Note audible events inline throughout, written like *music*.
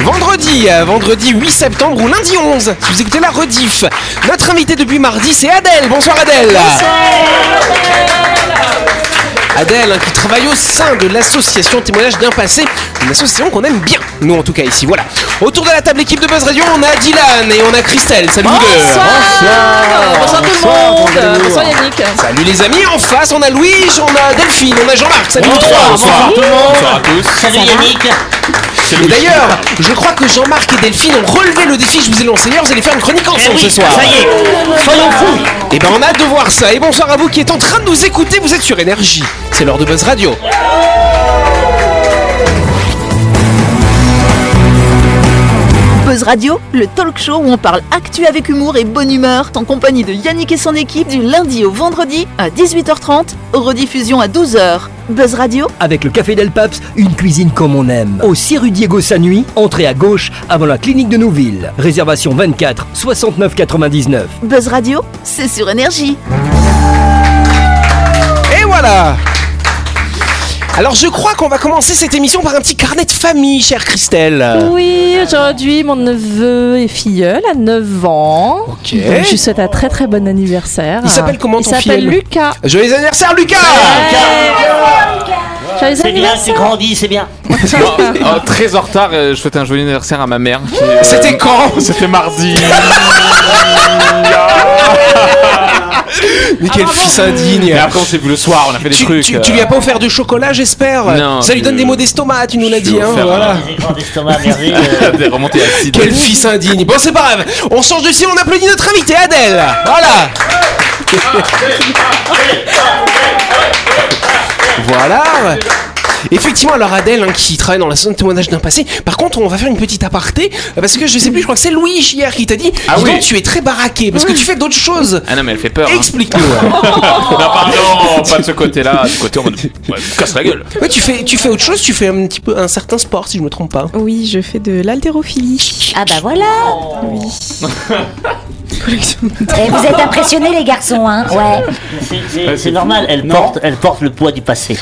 vendredi, euh, vendredi 8 septembre ou lundi 11, si vous écoutez la rediff. Notre invitée depuis mardi, c'est Adèle. Bonsoir Adèle. Adèle, hein, qui travaille au sein de l'association Témoignage d'un passé, une association qu'on aime bien, nous en tout cas ici. Voilà. Autour de la table, équipe de Buzz Radio, on a Dylan et on a Christelle. Salut vous deux. Bonsoir Bonsoir tout Bonsoir, le monde bonjour. Euh, Bonsoir Yannick Salut les amis, en face on a Louis, on a Delphine, on a Jean-Marc, salut les trois Bonsoir tout le monde. Bonsoir à tous. Ah Et d'ailleurs, je crois que Jean-Marc et Delphine ont relevé le défi que je vous ai lancé hier, vous allez faire une chronique ensemble ce soir. Eh Ça y est. Soyons fous. Et ben on a hâte de voir ça, et bonsoir à vous qui êtes en train de nous écouter, vous êtes sur Énergie, c'est l'heure de Buzz Radio. Buzz Radio, le talk show où on parle actu avec humour et bonne humeur, en compagnie de Yannick et son équipe du lundi au vendredi à 18h30, rediffusion à 12h. Buzz Radio, Avec le Café Del Paps, une cuisine comme on aime. Au 6 rue Diego Sanui, entrée à gauche avant la clinique de Nouville. Réservation 24 69 99. Buzz Radio, c'est sur énergie. Et voilà Alors je crois qu'on va commencer cette émission par un petit carnet de famille, chère Christelle. Oui, aujourd'hui mon neveu et filleul a 9 ans. Ok. Donc, je lui souhaite un très très bon anniversaire. Il s'appelle comment, ton Il s'appelle filleul Ah, Lucas. Joyeux anniversaire Lucas Joyeux C'est bien, c'est anniversaire. grandi, c'est bien. Oh, très en retard, euh, je souhaite un joyeux anniversaire à ma mère. qui, euh, C'était quand C'était *laughs* mardi. Mais quel fils indigne Et après, on s'est vu le soir, on a fait des tu, trucs. tu- tu lui as pas offert de chocolat, j'espère Non, Ça lui je- donne des mots d'estomac, tu nous l'as je lui dit. ai Hein, offert voilà. un- J'ai grand estomac merveilleux. *laughs* euh, *laughs* des remontées acides. Quel fils indigne. Bon, c'est pas grave. On change de ciel, on applaudit notre invité, Adèle. Voilà. voilà. Effectivement, alors Adèle hein, qui travaille dans la saison de témoignage d'un passé. Par contre, on va faire une petite aparté euh, parce que je sais plus, je crois que c'est Louis hier qui t'a dit Ah Dis oui. donc, tu es très baraqué parce que tu fais d'autres choses. Ah non, mais elle fait peur. hein. *laughs* Explique-nous. Non, pardon, pas de ce côté-là. Du côté, on me casse la gueule. Ouais, tu, fais, tu fais autre chose, tu fais un petit peu un certain sport si je me trompe pas. Oui, je fais de l'haltérophilie. Ah bah voilà Collection de- Eh, Vous êtes impressionnés les garçons, hein Ouais. C'est- C'est c'est normal, elle porte, elle porte le poids du passé.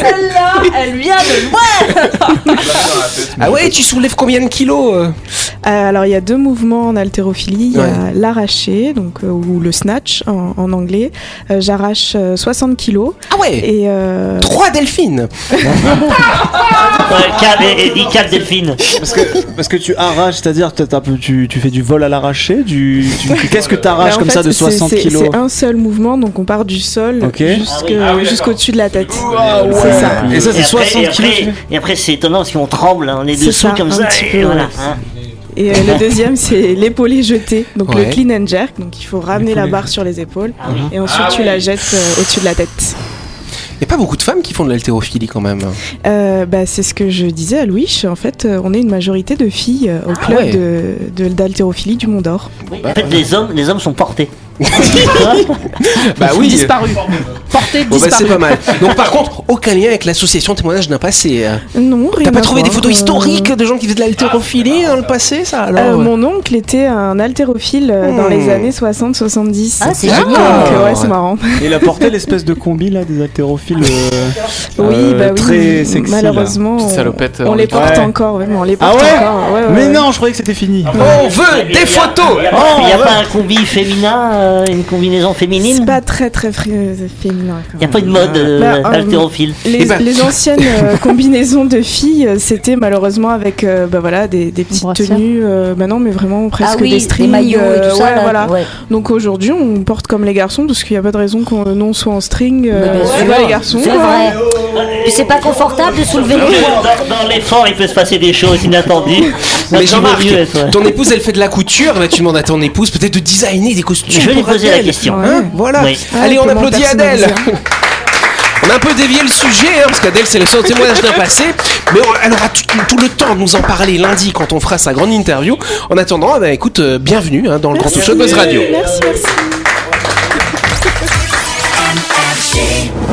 Celle-là, elle vient de moi. Ah ouais, tu soulèves combien de kilos euh Euh, alors, il y a deux mouvements en haltérophilie. Il y a Ouais. l'arraché, donc, euh, ou le snatch en, en anglais. Euh, J'arrache euh, 60 kilos. Ah ouais Et euh, Trois delphines Ouais, Cap et, et dis Cap Delphine. Parce que, parce que tu arraches, c'est-à-dire t'as- t'as- tu, tu fais du vol à l'arraché du, tu- Qu'est-ce que bah, t'arraches en comme ça fait, de c'est- 60 c'est- kilos C'est un seul mouvement, donc on part du sol Ok. Ah jusque- jusqu'au-dessus de la tête. Ouais. C'est ça. Et ça, c'est Et après- 60 et après- kilos. tu fais Et après, c'est étonnant parce qu'on tremble, hein, on est C'est dessous ça, comme un ça. petit et peu, ouais. voilà, hein. Et euh, le deuxième, c'est l'épaulé jeté, donc Ouais. le clean and jerk. Donc, il faut ramener la barre sur les épaules. Ah Et ensuite, tu la jettes euh, au-dessus de la tête. Il a pas beaucoup de femmes qui font de l'haltérophilie quand même. Euh, bah, c'est ce que je disais à Louis. En fait, euh, on est une majorité de filles euh, au club Ah ouais. de de- d'haltérophilie du Mont d'Or. Oui, En fait, les hommes, les hommes sont portés. Bah oui. Disparu. Porté, Bon bah c'est disparu. Ah pas *laughs* mal. Donc par contre, aucun lien avec l'association témoignage d'un passé. euh. Non, rien T'as pas à trouvé des voir, photos euh, historiques de gens qui faisaient de l'haltérophilie dans le passé ça euh, alors Mon oncle était un haltérophile euh, dans Hmm. les années 60-70. Ah, c'est Donc, génial. euh, ouais, c'est marrant. Et il a porté l'espèce de combi là des haltérophiles. euh, *laughs* Oui, euh, bah oui. Très sexy. là. Malheureusement, Petite on- salopette, on, on les les porte trouve. encore, vraiment, on les Ah porte ouais encore. ouais, ouais, Mais ouais. non, je croyais que c'était Ah fini. On veut des photos Il n'y a, Oh, pas- y a ouais. pas un combi féminin, euh, une combinaison C'est féminine pas très très fré- féminin. quand Il n'y a même. pas une mode euh, Bah, euh, haltérophile. Eh Les, ben- *laughs* les anciennes euh, combinaisons de filles, euh, c'était malheureusement avec euh, bah voilà, des, des petites Brassière. tenues, euh, bah non, mais vraiment presque ah oui, des strings. les maillots et euh, tout ça. ouais, là, voilà. ouais. Donc aujourd'hui, on porte comme les garçons, parce qu'il n'y a pas de raison qu'on euh, non soit en string. Mais euh, Bah, bien tu sûr, vois, les garçons. C'est quoi. vrai. Puis c'est pas confortable de soulever Dans, le poids. dans- dans l'effort, il peut se passer des choses inattendues. Mais Donc, il vaut Jean-Marc, mieux être, ouais. ton épouse elle fait de la couture, bah, tu demandes à ton épouse peut-être de designer des costumes. Je vais lui pour poser la Adèle. question. Hein, Ouais. voilà. Oui. Allez, Ouais, on comment applaudit personnaliser, Adèle. On a un peu dévié le sujet, hein, parce qu'Adèle, c'est le seul témoignage d'un passé. Mais on- elle aura tout, tout le temps de nous en parler lundi quand on fera sa grande interview. En attendant, eh ben, écoute, euh, bienvenue hein, dans le Grand Show de Buzz Radio. Merci, merci. Le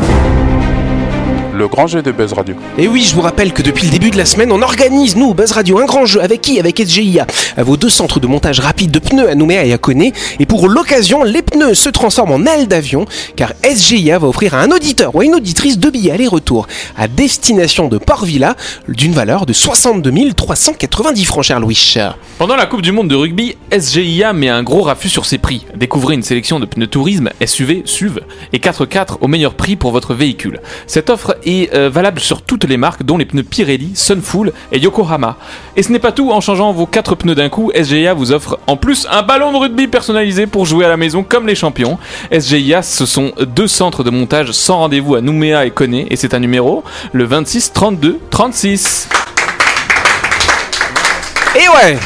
le grand jeu de Buzz Radio. Et oui, je vous rappelle que depuis le début de la semaine, on organise, nous, Buzz Radio, un grand jeu. Avec qui Avec SGIA. À vos deux centres de montage rapide de pneus à Nouméa et à Coné. Et pour l'occasion, les pneus se transforment en ailes d'avion, car SGIA va offrir à un auditeur ou à une auditrice deux billets aller-retour à destination de Port-Villa d'une valeur de 62 390 francs, cher Louis. Pendant la Coupe du Monde de rugby, SGIA met un gros raffut sur ses prix. Découvrez une sélection de pneus tourisme, SUV, SUV et 4x4 au meilleur prix pour votre véhicule. Cette offre est euh, valable sur toutes les marques dont les pneus Pirelli, Sunfull et Yokohama. Et ce n'est pas tout, en changeant vos 4 pneus d'un coup, SGIA vous offre en plus un ballon de rugby personnalisé pour jouer à la maison comme les champions. SGIA, ce sont deux centres de montage sans rendez-vous à Nouméa et Coné et c'est un numéro, le 26 32 36. Et ouais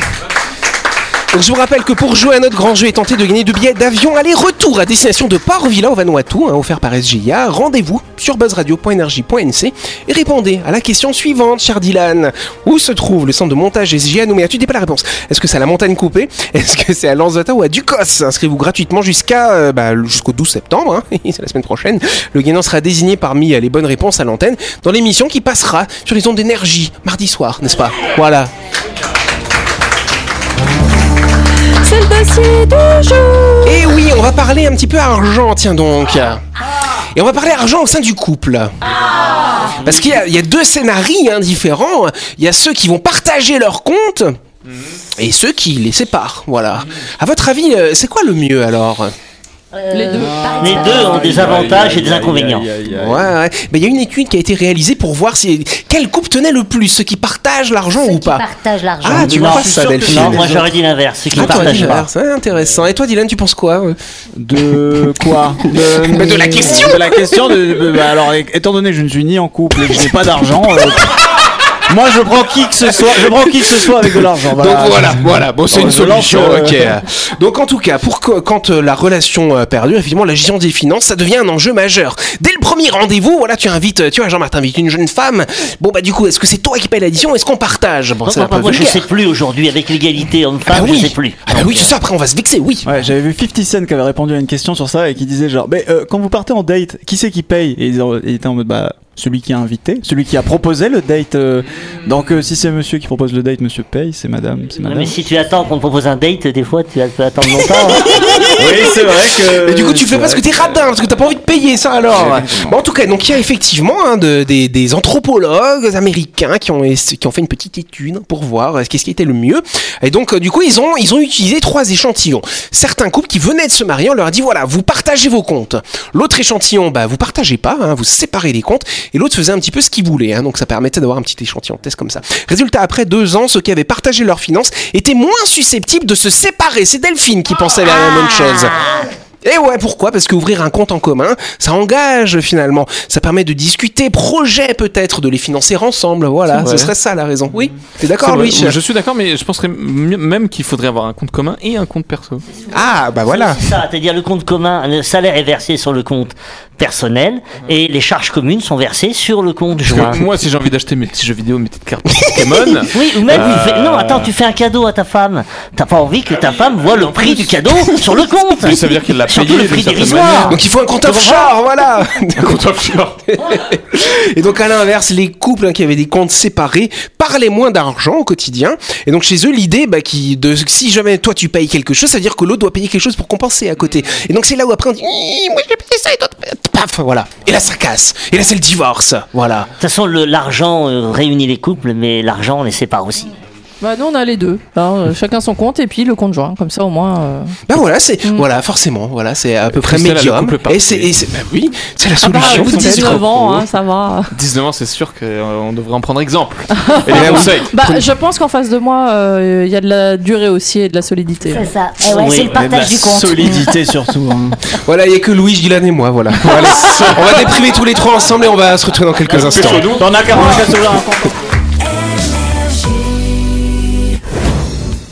donc je vous rappelle que pour jouer à notre grand jeu et tenter de gagner deux billets d'avion aller-retour à destination de Port-Villa au Vanuatu, hein, offert par SGIA, rendez-vous sur buzzradio.energie.nc et répondez à la question suivante, cher Dylan. Où se trouve le centre de montage SGIA Nouméa Tu dis pas la réponse. Est-ce que c'est à la montagne coupée Est-ce que c'est à Lanzata ou à Ducos Inscrivez-vous gratuitement jusqu'à euh, bah, jusqu'au 12 septembre, hein, *laughs* c'est la semaine prochaine. Le gagnant sera désigné parmi euh, les bonnes réponses à l'antenne dans l'émission qui passera sur les ondes d'énergie mardi soir, n'est-ce pas Voilà. Euh, bah, C'est le dossier du jour. Et Eh oui, on va parler un petit peu argent, tiens donc. Et on va parler argent au sein du couple. Parce qu'il y a- il y, a deux scénarios hein, différents. Il y a ceux qui vont partager leurs comptes et ceux qui les séparent. Voilà. À votre avis, euh, c'est quoi le mieux alors Les deux. Les deux ont des avantages et des inconvénients. Ouais, ouais. Ben, il y a une étude qui a été réalisée pour voir si quel couple tenait le plus, ceux qui partagent l'argent ou Ceux qui pas. partagent l'argent. Ah, tu Non, crois je suis ça, sûr que Delphine Non, moi j'aurais dit l'inverse, ceux qui Ah, ne t'aurais dit partagent pas. l'inverse. Ouais, intéressant. Et toi, Dylan, tu penses quoi euh De quoi de... Mais *laughs* de la question De la question de. de- bah, alors, é- étant donné que je ne suis ni en couple et que je n'ai pas d'argent. *laughs* euh, Moi, je prends qui que ce soit. Je prends qui que ce soit avec de l'argent. Donc voilà, voilà, bon c'est On une se lance, solution, euh, ok. *laughs* Donc en tout cas, pour que- quand euh, la relation euh, perdure, effectivement, la gestion des finances, ça devient un enjeu majeur. Dès le premier rendez-vous, voilà, tu invites, euh, tu vois, Jean-Martin invite une jeune femme. Bon bah du coup, est-ce que c'est toi qui paye l'addition Est-ce qu'on partage Bon, Non, c'est un moi, peu moi, je vulgaire. sais plus aujourd'hui, avec l'égalité Ah homme-femme, oui. je sais plus. Ah bah oui, c'est ça, après on va se vexer, oui. Ouais, j'avais vu 50 Cent qui avait répondu à une question sur ça et qui disait genre, mais euh, quand vous partez en date, qui c'est qui paye Et ils ont- ils étaient en mode, bah, celui qui a invité, celui qui a proposé le date. euh, donc euh, si c'est monsieur qui propose le date, monsieur paye, c'est madame, c'est Non, madame. mais si tu attends qu'on te propose un date, des fois tu peux attendre longtemps. hein. Oui, c'est vrai que. Et du coup, tu fais pas parce que t'es radin, parce que t'as pas envie de payer ça alors. Bon, en tout cas, donc il y a effectivement hein, de- des, des anthropologues américains qui ont, es- qui ont fait une petite étude pour voir euh, qu'est-ce qui était le mieux. Et donc, euh, du coup, ils ont, ils ont utilisé trois échantillons. Certains couples qui venaient de se marier, on leur a dit voilà, vous partagez vos comptes. L'autre échantillon, bah, vous partagez pas, hein, vous séparez les comptes. Et l'autre faisait un petit peu ce qu'il voulait. hein, donc, ça permettait d'avoir un petit échantillon de test comme ça. Résultat, après deux ans, ceux qui avaient partagé leurs finances étaient moins susceptibles de se séparer. C'est Delphine qui pensait à la même chose. Et ouais, pourquoi Parce qu'ouvrir un compte en commun, ça engage finalement. Ça permet de discuter projet peut-être, de les financer ensemble. Voilà, C'est ce vrai. serait ça la raison. Oui, t'es C'est d'accord, vrai. Louis Je suis d'accord, mais je penserais mieux- même qu'il faudrait avoir un compte commun et un compte perso. Ah, bah voilà. C'est ça, c'est-à-dire le compte commun, le salaire est versé sur le compte personnel et les charges communes sont versées sur le compte joint. Parce que moi, si j'ai envie d'acheter mes petits jeux vidéo, mes petites cartes Pokémon, Oui, ou même, Euh. tu fais- non, attends, tu fais un cadeau à ta femme. T'as pas envie que ta femme voit le prix du cadeau sur le compte. Oui, ça veut dire qu'il l'a Surtout payé, le prix d'une certaine dérisoire. Donc il faut un compte offshore, voilà *laughs* Contre offshore. Et donc à l'inverse, les couples hein, qui avaient des comptes séparés parlaient moins d'argent au quotidien. Et donc chez eux, l'idée bah, qui de si jamais toi tu payes quelque chose, ça veut dire que l'autre doit payer quelque chose pour compenser à côté. Et donc c'est là où après on dit Ih, moi j'ai payé ça et toi t'as payé- paf voilà. Et là ça casse. Et là c'est le divorce. Voilà. De toute façon, le- l'argent euh, réunit les couples, mais l'argent les sépare aussi. Bah nous on a les deux. Hein, euh, chacun son compte et puis le compte joint. Comme ça au moins. euh, Bah voilà, c'est voilà, forcément, voilà, c'est à peu près Christelle a le médium. couple Et parfait. c'est et c'est- bah oui, c'est la Ah bah, solution. au bout de peut-être. 19 ans, hein, ça va. 19 ans, c'est sûr qu'on devrait en *laughs* prendre exemple. Et des Ah oui. conseils. Bah, je pense qu'en face de moi, euh, il y a de la durée aussi et de la solidité. C'est ça. Eh ouais, Oui, c'est le partage du compte. Solidité surtout. hein. Voilà, il y a que Louis, Dylan et moi, *laughs* voilà. Voilà. on va déprimer tous les trois ensemble et on va se retrouver dans quelques instants. T'en as 44 sur un compte.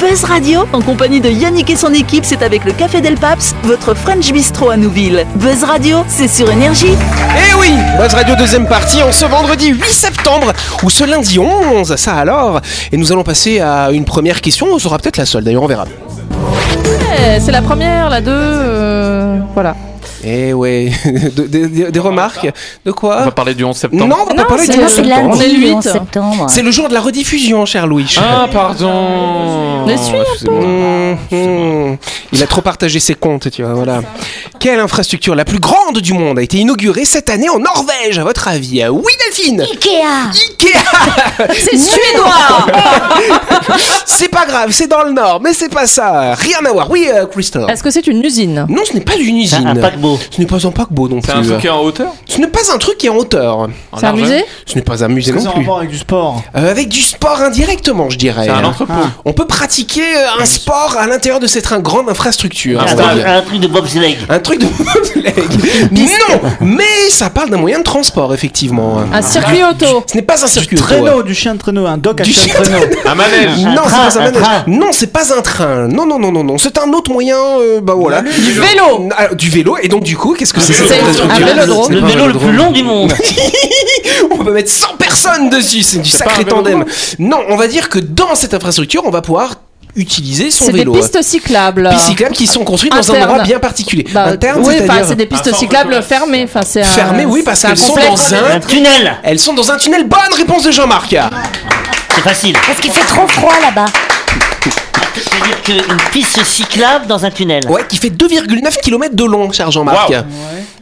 Buzz Buzz Radio, en compagnie de Yannick et son équipe, c'est avec le Café Del Paps, votre French Bistro à Nouville. Buzz Radio, c'est sur Énergie. Eh oui, Buzz Radio deuxième partie en ce vendredi 8 septembre ou ce lundi 11, ça alors. Et nous allons passer à une première question, on sera peut-être la seule d'ailleurs, on verra. Ouais, c'est la première, la deux, euh, voilà. Eh ouais, *laughs* De- des- des- des remarques De quoi On va parler du 11 septembre. Non, on va pas Non, parler c'est du 11 lundi, septembre. on est le 8. septembre. C'est le jour de la rediffusion, cher Louis. Ah, pardon. Mais suis un Excusez-moi. Mhm. Il a trop partagé ses comptes, tu vois, voilà. Quelle infrastructure la plus grande du monde a été inaugurée cette année en Norvège, à votre avis Ah Oui, *laughs* Delphine Ikea Ikea C'est suédois C'est pas grave, c'est dans le Nord, mais c'est pas ça Rien à voir, oui, euh, Christophe Est-ce que c'est une usine Non, ce n'est pas une C'est usine. un paquebot. Ce n'est pas un paquebot non plus. C'est un truc qui est en hauteur Ce n'est pas un truc qui est en hauteur. En C'est un largeur musée Ce n'est pas un musée C'est non en plus. rapport avec du sport. Euh, avec du sport indirectement, je dirais. C'est un entrepôt. On peut pratiquer euh, un sport à l'intérieur de cette grande infrastructure. Un c'est-à-dire- stade. Un, un truc de bobsleigh. euh, Un truc *laughs* de bootleg. non, mais ça parle d'un moyen de transport, effectivement. Un circuit auto Ce n'est pas un circuit auto. hein. Traîneau, du chien de traîneau, un doc à Du chien de chien de traîneau. Un manège. Non, Un train, c'est pas un un manège. train. Non, c'est pas un train. Non, non, non, non, non. C'est un autre moyen. euh, bah voilà. Du vélo. Du vélo. Et donc du coup, qu'est-ce que c'est vélo. cette Ah, C'est un infrastructure vélodrome. C'est Le pas un vélo le vélodrome. plus long du monde. On peut mettre 100 personnes dessus. C'est du C'est pas sacré un vélo tandem. Non, on va dire que dans cette infrastructure, on va pouvoir utiliser son C'est des vélo. pistes cyclables. Pistes cyclables qui sont construites dans un Interne. endroit bien particulier. Bah, Interne, oui, enfin, c'est-à-dire c'est des pistes centre cyclables commercial. fermées. Enfin, c'est un- fermé, oui, parce c'est un qu'elles sont complexe. dans un. Un tunnel. Elles sont dans un tunnel. Bonne réponse de Jean-Marc. C'est facile. Parce qu'il fait trop froid là-bas. C'est-à-dire qu'une piste cyclable dans un tunnel. Ouais, qui fait 2,9 km de long, cher Jean-Marc. Waouh.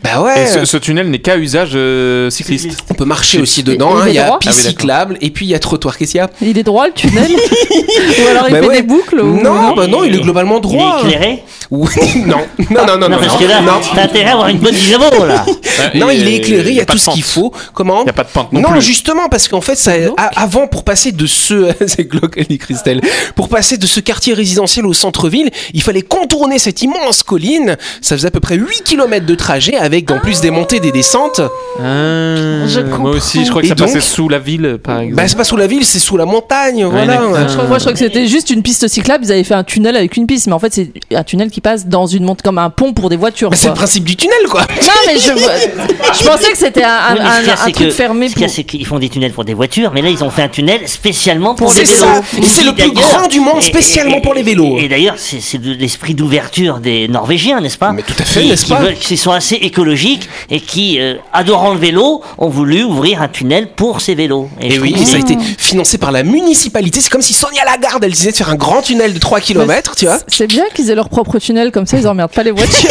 Bah Et ouais. ce, ce tunnel n'est qu'à usage euh, cycliste. On peut marcher aussi Et- dedans. et hein, il est Il y a droit piste Ah oui, d'accord. cyclable et puis il y a trottoir. Qu'est-ce qu'il y a Il est droit le *laughs* tunnel Ou alors il Bah fait ouais. des boucles ou- Non, bah non, il est globalement Il est droit. éclairé *laughs* Oui, non, non, non, non, non. Non, parce que là, non. t'as intérêt à avoir une bonne dynamo, là. Non, il est éclairé, il y a pas tout de ce qu'il pente. faut. Comment Il n'y a pas de pente non, non, plus. justement, parce qu'en fait, ça, a- avant, pour passer de ce, *laughs* c'est glauque, elle dit Christelle, pour passer de ce quartier résidentiel au centre-ville, il fallait contourner cette immense colline. Ça faisait à peu près 8 km de trajet avec, en plus, des montées, des descentes. Ah, Je comprends. moi aussi, je crois que Et ça donc passait sous la ville, par exemple. Bah, c'est pas sous la ville, c'est sous la montagne, voilà. Bah, d'accord. Je crois- moi, je crois que c'était juste une piste cyclable. Ils avaient fait un tunnel avec une piste, mais en fait, c'est un tunnel qui passe dans une montre comme un pont pour des voitures. Bah, c'est le quoi. principe du tunnel, quoi. Non, mais je, je pensais que c'était un, un- Oui, mais ce qu'il y a, Ah, un- un c'est truc que- fermé Ce qu'il y pour. a, c'est qu'ils font des tunnels pour des voitures, mais là, ils ont fait un tunnel spécialement pour C'est les vélos. ça. Et c'est le plus D'ailleurs- grand du monde, et- spécialement et- pour les vélos. Et, et d'ailleurs, c'est c'est de l'esprit d'ouverture des Norvégiens, n'est-ce pas Mais tout à fait, Qui- n'est-ce qui pas veulent- Qui sont assez écologiques et qui, euh, adorant le vélo, ont voulu ouvrir un tunnel pour ces vélos. Et je oui, trouve et que ça a c'est- été financé par la municipalité. C'est comme si Sonia Lagarde, elle disait de faire un grand tunnel de 3 km, tu vois. C'est bien qu'ils aient leur propre tunnel, comme ça, ils emmerdent pas les voitures.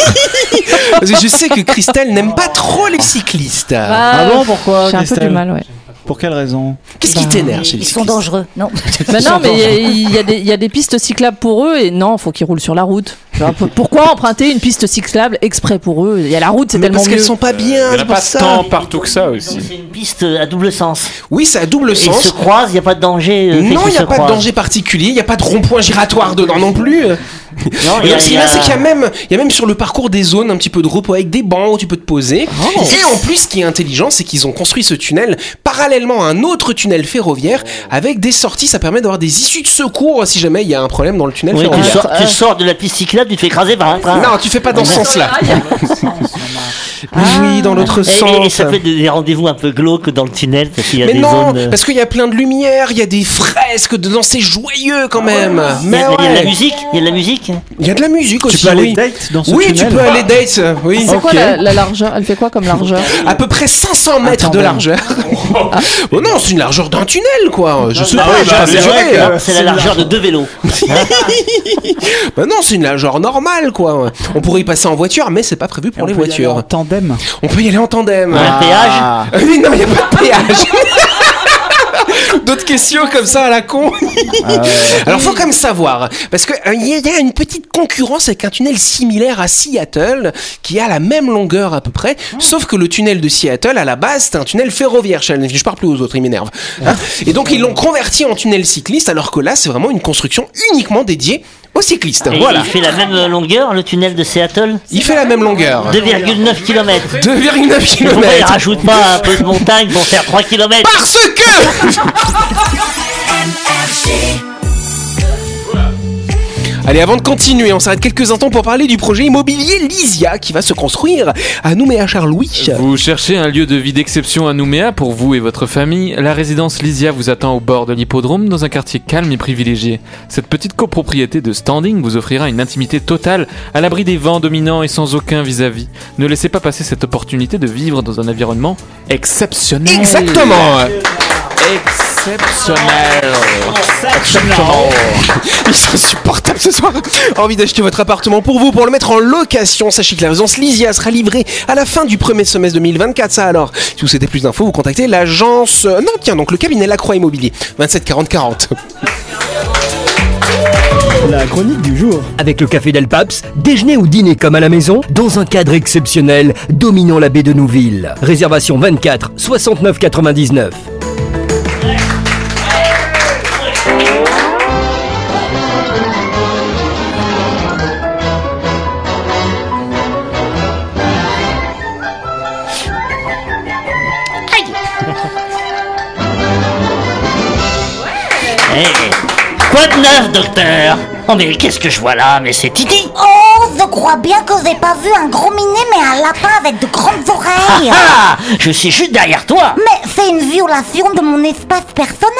Parce que je sais que Christelle n'aime pas trop les cyclistes. Ah bon, pourquoi J'ai un peu Christelle du mal, ouais. Pour quelle raison Qu'est-ce qui t'énerve chez les Ils sont cyclistes dangereux. Non. Bah non, mais il y a- il y, a des- il y a des pistes cyclables pour eux et non, faut qu'ils roulent sur la route. Tu vois, pour- Pourquoi emprunter une piste cyclable exprès pour eux Il y a la route, c'est Mais tellement parce mieux. qu'elles sont pas Il bien, n'y en a c'est pour pas ça. tant partout que ça Donc, aussi. C'est une piste à double sens. Oui, ça a double Et ils se sens. croisent, il n'y a pas de danger. euh, fait Non, qu'ils il n'y a se pas de croisent. danger particulier, il n'y a pas de rond-point giratoire dedans non plus. Non, Oh, il y Et a- ce qu'il il y y a, a- c'est qu'il y a même, il y a même sur le parcours des zones un petit peu de repos avec des bancs où tu peux te poser. Oh. Et en plus, ce qui est intelligent, c'est qu'ils ont construit ce tunnel parallèlement à un autre tunnel ferroviaire avec des sorties. Ça permet d'avoir des issues de secours si jamais il y a un problème dans le tunnel Oui, Ah. tu, ferroviaire. sors, tu sors de la piste cyclable, tu te fais écraser hein. par un train. Non, tu fais pas dans ce sens-là. *laughs* Mais Ah. oui, dans l'autre Et- Et, et sens. Eh ça fait des des rendez-vous un peu glauques dans le tunnel parce qu'il y a Mais des non, zones. euh, parce qu'il y a plein de lumière, il y a des fresques dedans, c'est joyeux quand même. Ah. Il y, Mais a, il y a de la ouais. Ah musique, il y a de la musique. Il y a de la musique aussi. Tu peux aller oui. date dans ce Oui, tu tunnel peux aller date. Oui. C'est quoi Ok. la, la largeur Elle fait quoi comme largeur À peu près 500 mètres de *laughs* tandem. largeur. oh non, c'est une largeur d'un tunnel, Ah quoi. Je sais pas, j'ai pas bah C'est mesuré. hein. vrai que c'est la largeur de deux vélos. Bah non, c'est une largeur normale, quoi. On pourrait y passer en voiture, mais c'est pas prévu pour les voitures. tandem. On peut y aller en tandem. Un péage. Ah oui, non, il n'y a pas de péage. *laughs* D'autres questions comme ça à la con Ah Alors faut quand même savoir, parce qu'il y a une petite concurrence avec un tunnel similaire à Seattle, qui a la même longueur à peu près, sauf que le tunnel de Seattle, à la base, c'est un tunnel ferroviaire, Sheldon. je parle plus aux autres, ils m'énervent. Hein Et donc ils l'ont converti en tunnel cycliste, alors que là, c'est vraiment une construction uniquement dédiée aux cyclistes. Et voilà, Il fait la même longueur, le tunnel de Seattle. il fait la même longueur. 2,9 km. 2,9 Pourquoi ils km. rajoutent pas un peu de montagne pour faire 3 km Parce que Allez, avant de continuer, on s'arrête quelques instants pour parler du projet immobilier Lysia qui va se construire à Nouméa-Charles-Louis. Vous cherchez un lieu de vie d'exception à Nouméa pour vous et votre famille La résidence Lysia vous attend au bord de l'hippodrome dans un quartier calme et privilégié. Cette petite copropriété de standing vous offrira une intimité totale à l'abri des vents dominants et sans aucun vis-à-vis. Ne laissez pas passer cette opportunité de vivre dans un environnement exceptionnel. Exactement. *laughs* Exceptionnel. Exactement. Ils sont insupportables ce soir. Envie d'acheter votre appartement pour vous, pour le mettre en location. Sachez que la résidence Lysia sera livrée à la fin du premier semestre 2024. Ça alors, si vous souhaitez plus d'infos, vous contactez l'agence. euh, Non, tiens, donc le cabinet Lacroix Immobilier, 27 40 40. La chronique du jour. Avec le café Del Paps, déjeuner ou dîner comme à la maison, dans un cadre exceptionnel, dominant la baie de Nouville. Réservation 24 69 99. Eh, Quoi de neuf, docteur Oh mais qu'est-ce que je vois là Mais c'est Titi Oh, je crois bien que j'ai pas vu un gros minet, mais un lapin avec de grandes Ah oreilles. ah Je suis juste derrière toi Mais c'est une violation de mon espace personnel.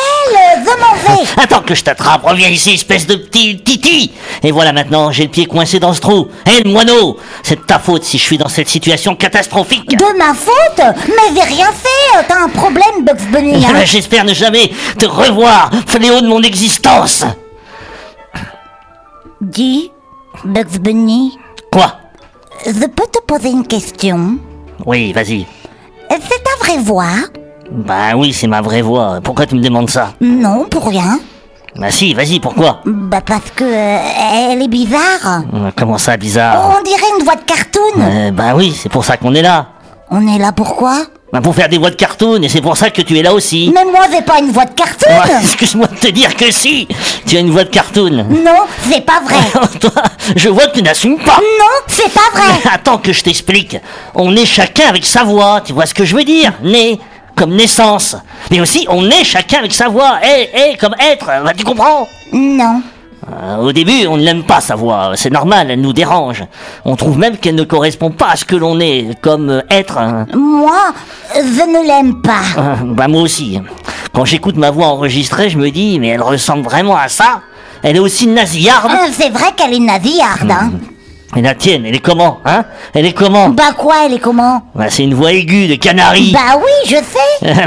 euh, Je m'en vais. Attends que je t'attrape, reviens ici, espèce de petit Titi Et voilà maintenant, j'ai le pied coincé dans ce trou Hé, le moineau C'est de ta faute si je suis dans cette situation catastrophique De ma faute Mais j'ai rien fait. T'as un problème, Bugs Bunny. hein. Eh ben, J'espère ne jamais te revoir, fléau de mon existence Dis, Bugs Bunny, Quoi je peux te poser une question Oui, vas-y. C'est ta vraie voix Bah oui, c'est ma vraie voix, pourquoi tu me demandes ça Non, pour rien. Bah si, vas-y, pourquoi Bah parce que euh, elle est bizarre. Euh, Comment ça, bizarre Oh, On dirait une voix de cartoon. Euh, Bah oui, c'est pour ça qu'on est là On est là pourquoi Bah, pour faire des voix de cartoon, et c'est pour ça que tu es là aussi. Mais moi, j'ai pas une voix de Ouais, *laughs* cartoon. Excuse-moi de te dire que si Tu as une voix de cartoon. Oh, Non, c'est pas *laughs* vrai. Toi, je vois que tu n'assumes pas. Non, c'est pas vrai. Mais *laughs* attends que je t'explique. On est chacun avec sa voix, tu vois ce que je veux dire Né, comme naissance. Mais aussi, on est chacun avec sa voix. Eh, eh, comme être, bah, tu comprends Non. Euh, Au début, on n'aime pas sa voix, c'est normal, elle nous dérange. On trouve même qu'elle ne correspond pas à ce que l'on est, comme euh, être. hein. Moi, je ne l'aime pas. Euh, Bah moi aussi. Quand j'écoute ma voix enregistrée, je me dis, mais elle ressemble vraiment à ça Elle est aussi nasillarde Hum. Euh, C'est vrai qu'elle est nasillarde, hein. Et la tienne, elle est comment, hein Elle est comment Bah quoi, elle est comment Bah c'est une voix aiguë de canari Bah oui, je sais.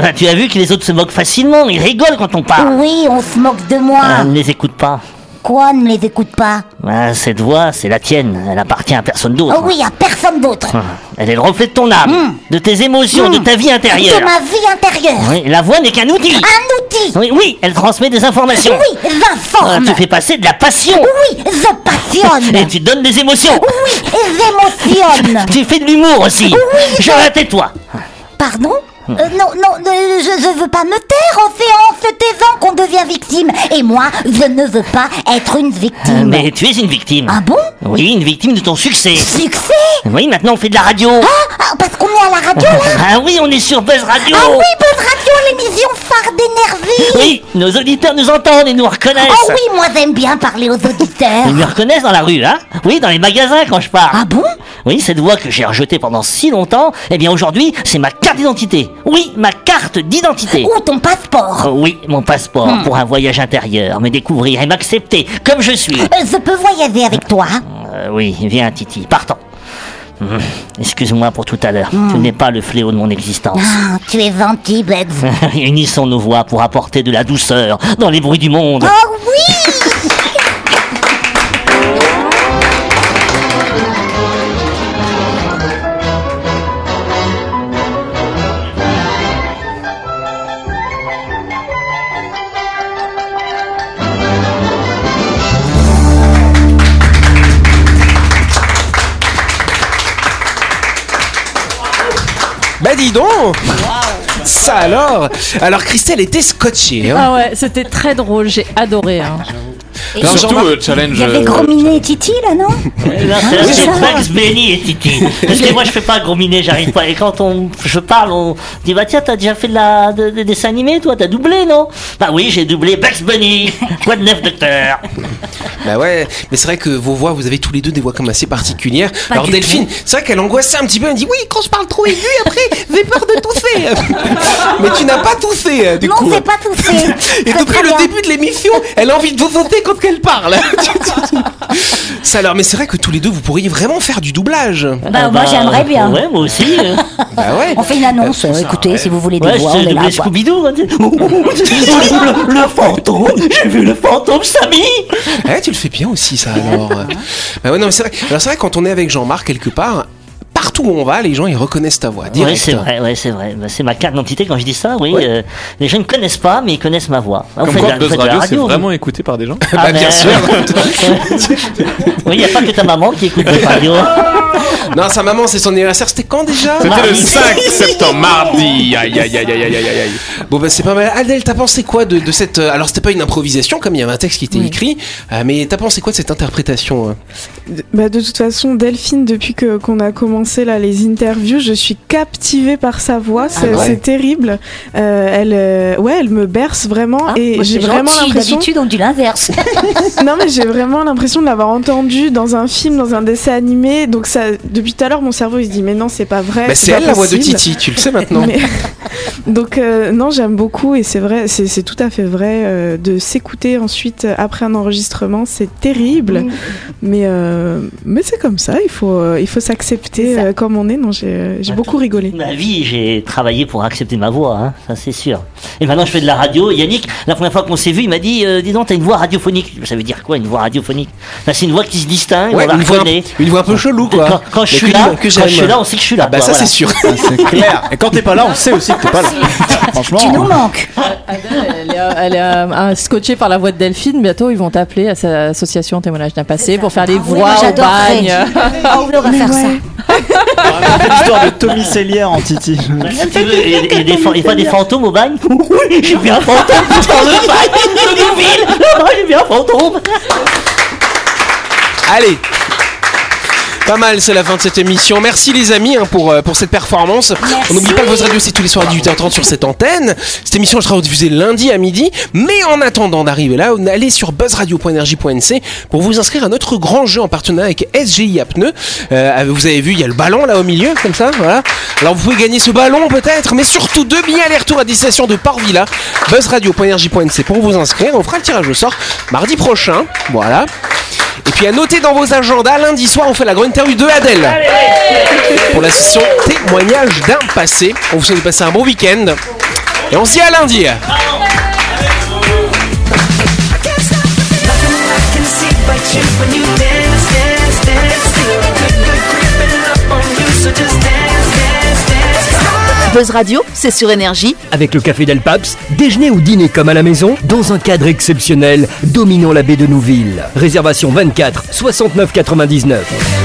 *laughs* Bah, tu as vu que les autres se moquent facilement, ils rigolent quand on parle Oui, on se moque de Ah, moi. ne les écoute pas. Quoi, ne les écoute pas Bah, cette voix, c'est la tienne, elle appartient à personne d'autre. Ah, Oh oui, à personne d'autre. Hmm. Elle est le reflet de ton âme, de tes émotions, de ta vie intérieure. De ma vie intérieure. Oui, la voix n'est qu'un outil Un outil. Oui, oui, elle transmet des informations Oui, Ah, j'informe. Tu fais passer de la passion Oui, je passionne. Et tu donnes des émotions Oui, j'émotionne. Tu fais de l'humour aussi Je tais-toi Pardon Euh, non, non, euh, je, je veux pas me taire, Océan, se taisant qu'on devient victime. Et moi, je ne veux pas être une victime. Mais tu es une victime Hmm. Ah bon Oui, une victime de ton succès Succès Oui, maintenant on fait de la radio ah, ah, parce qu'on est à la radio, là *laughs* Ah oui, on est sur Buzz Radio Ah oui, Buzz Radio, l'émission phare d'énergie Oui, nos auditeurs nous entendent et nous reconnaissent Oh oui, moi j'aime bien parler aux auditeurs Ils me reconnaissent dans la rue, hein Oui, dans les magasins quand je pars Ah bon Oui, cette voix que j'ai rejetée pendant si longtemps, eh bien aujourd'hui, c'est ma carte d'identité Oui, ma carte d'identité Ou ton passeport Oh Oui, mon passeport Hmm. pour un voyage intérieur, me découvrir et m'accepter comme je suis. Euh, Je peux voyager avec toi Euh, oui, viens Titi, partons. Hum, Excuse-moi pour tout à l'heure, Hmm. tu n'es pas le fléau de mon existence. Ah, Tu es gentil, Bugs *laughs* Unissons nos voix pour apporter de la douceur dans les bruits du monde. Oh oui Bah dis donc Ça alors Alors Christelle était scotchée. hein. Ah ouais, c'était très drôle, j'ai adoré. hein. Et Surtout, Jean-Marc- euh, challenge, Il y avait euh, Gros Minet et Titi là, non C'est- Ouais, C'est ça va. Bugs Bunny et Titi. Parce que moi, je fais pas gros minet, j'arrive pas. Et quand on, je parle, on dit Bah tiens, t'as déjà fait de la, de- des dessins animés, toi T'as doublé, non Bah oui, j'ai doublé Bugs Bunny. Quoi de neuf, docteur Oh. Bah ouais, mais c'est vrai que vos voix, vous avez tous les deux des voix comme assez particulières. Alors du Delphine, c'est vrai qu'elle angoissait un petit peu, elle dit oui, quand je parle trop aigu, après, *laughs* j'ai peur de tousser. mais tu n'as pas toussé, euh, du Non, coup. j'ai pas toussé. Et *laughs* Très, depuis très le bien. début de l'émission, elle a envie de voter quand elle *laughs* parle. ça alors, mais c'est vrai que tous les deux, vous pourriez vraiment faire du doublage. Bah, moi j'aimerais bien. Ah Ouais, moi aussi. euh. *laughs* Bah ouais. On fait une annonce, euh, écoutez, si vous voulez des Ouais, voix, je on t'ai est là. doublé quoi. Scooby-Doo. hein, tu- *laughs* le, le fantôme, j'ai vu le fantôme, Samy Eh, tu le fais bien aussi, ça alors. Bah ouais, non, mais c'est vrai. Alors c'est vrai quand on est avec Jean-Marc quelque part, partout où on va, les gens ils reconnaissent ta voix. Direct. Ouais, c'est vrai, ouais, c'est vrai. Bah, c'est ma carte d'identité quand je dis ça, oui. Ouais. euh, les gens ne connaissent pas, mais ils connaissent ma voix. Ah, vous Comme faites de quoi, la- vous Buzz faites de la Radio, c'est radio, vous. vraiment écouté par des gens. *laughs* Ah, Bah, bien mais- sûr. *laughs* Oui, il n'y a pas que ta maman qui écoute la radio. Non, sa maman, c'est son anniversaire. C'était quand déjà C'était le 5 septembre, mardi. Aïe, aïe, aïe, aïe, aïe, aïe, aïe. Bon, bah, c'est pas mal. Adèle, t'as pensé quoi de, de cette. euh, Alors, c'était pas une improvisation, comme il y avait un texte qui était écrit, euh, mais t'as pensé quoi de cette interprétation euh De- Bah de toute façon, Delphine, depuis que qu'on a commencé là les interviews, je suis captivée par sa voix. Ah C'est ouais. c'est terrible. Euh, elle, euh, ouais, elle me berce vraiment Hein et Moi, j'ai c'est vraiment gentil, l'impression. D'habitude, on dit l'inverse. *laughs* non mais j'ai vraiment l'impression de l'avoir entendue dans un film, dans un dessin animé. Donc ça, depuis tout à l'heure, mon cerveau il se dit mais non, c'est pas vrai. Bah, c'est pas elle la voix de possible. Titi, tu le sais maintenant. Mais- *laughs* Donc euh, non, j'aime beaucoup et c'est vrai, c'est c'est tout à fait vrai euh, de s'écouter ensuite euh, après un enregistrement, c'est terrible, mais euh, mais c'est comme ça, il faut euh, il faut s'accepter euh, comme on est. Non, j'ai euh, Bah, j'ai beaucoup rigolé. ma vie, j'ai travaillé pour accepter ma voix, hein, ça c'est sûr. Et maintenant, je fais de la radio. Yannick, la première fois qu'on s'est vu, il m'a dit euh, Dis donc, t'as une voix radiophonique. Ça veut dire quoi, une voix radiophonique Bah, C'est une voix qui se distingue, Ouais, on la une, voix un, reconnaît. une voix un peu chelou, quoi. Quand, quand je Mais suis que- là, que quand j'aime. je suis là, on sait que je suis là. Bah, quoi, ça, voilà. c'est sûr. C'est clair. Et quand t'es pas là, on sait aussi que t'es pas là. Franchement. Ah, Tu nous manques. Adèle, elle est, euh, elle est, euh, euh, scotchée par la voix de Delphine. Bientôt, ils vont t'appeler à sa association Témoignage d'un passé pour faire des Ah oui, voix moi, au j'adorerais. bagne. Ah, on va faire ça. L'histoire de Tommy Cellière en Titi. Bah, si tu veux, Il y a- il y a des fan- il y a pas des fantômes au bagne *laughs* Oui, j'ai *laughs* vu un fantôme dans le bagne de Nouville *laughs* Là-bas, Ah, j'ai vu un fantôme Allez pas mal, c'est la fin de cette émission. Merci les amis hein, pour, euh, pour cette performance. On n'oublie pas que votre radio c'est tous les soirs à 18h30 sur cette antenne. Cette émission elle sera diffusée lundi à midi. Mais en attendant d'arriver là, on- allez sur buzzradio.energie.nc pour vous inscrire à notre grand jeu en partenariat avec SGI à pneus. Euh, vous avez vu, il y a le ballon là au milieu, comme ça. Voilà. Alors vous pouvez gagner ce ballon peut-être, mais surtout deux billets aller-retour à destination de Parvilla. Buzzradio.energie.nc pour vous inscrire. On fera le tirage au sort mardi prochain. Voilà. Et puis à noter dans vos agendas, lundi soir, on fait la grande interview de Adèle. Pour la session témoignage d'un passé. On vous souhaite de passer un bon week-end. Et on se dit à lundi. Buzz Radio, c'est sur énergie. Avec le Café Del Paps, déjeuner ou dîner comme à la maison, dans un cadre exceptionnel, dominant la baie de Nouville. Réservation 24 69 99.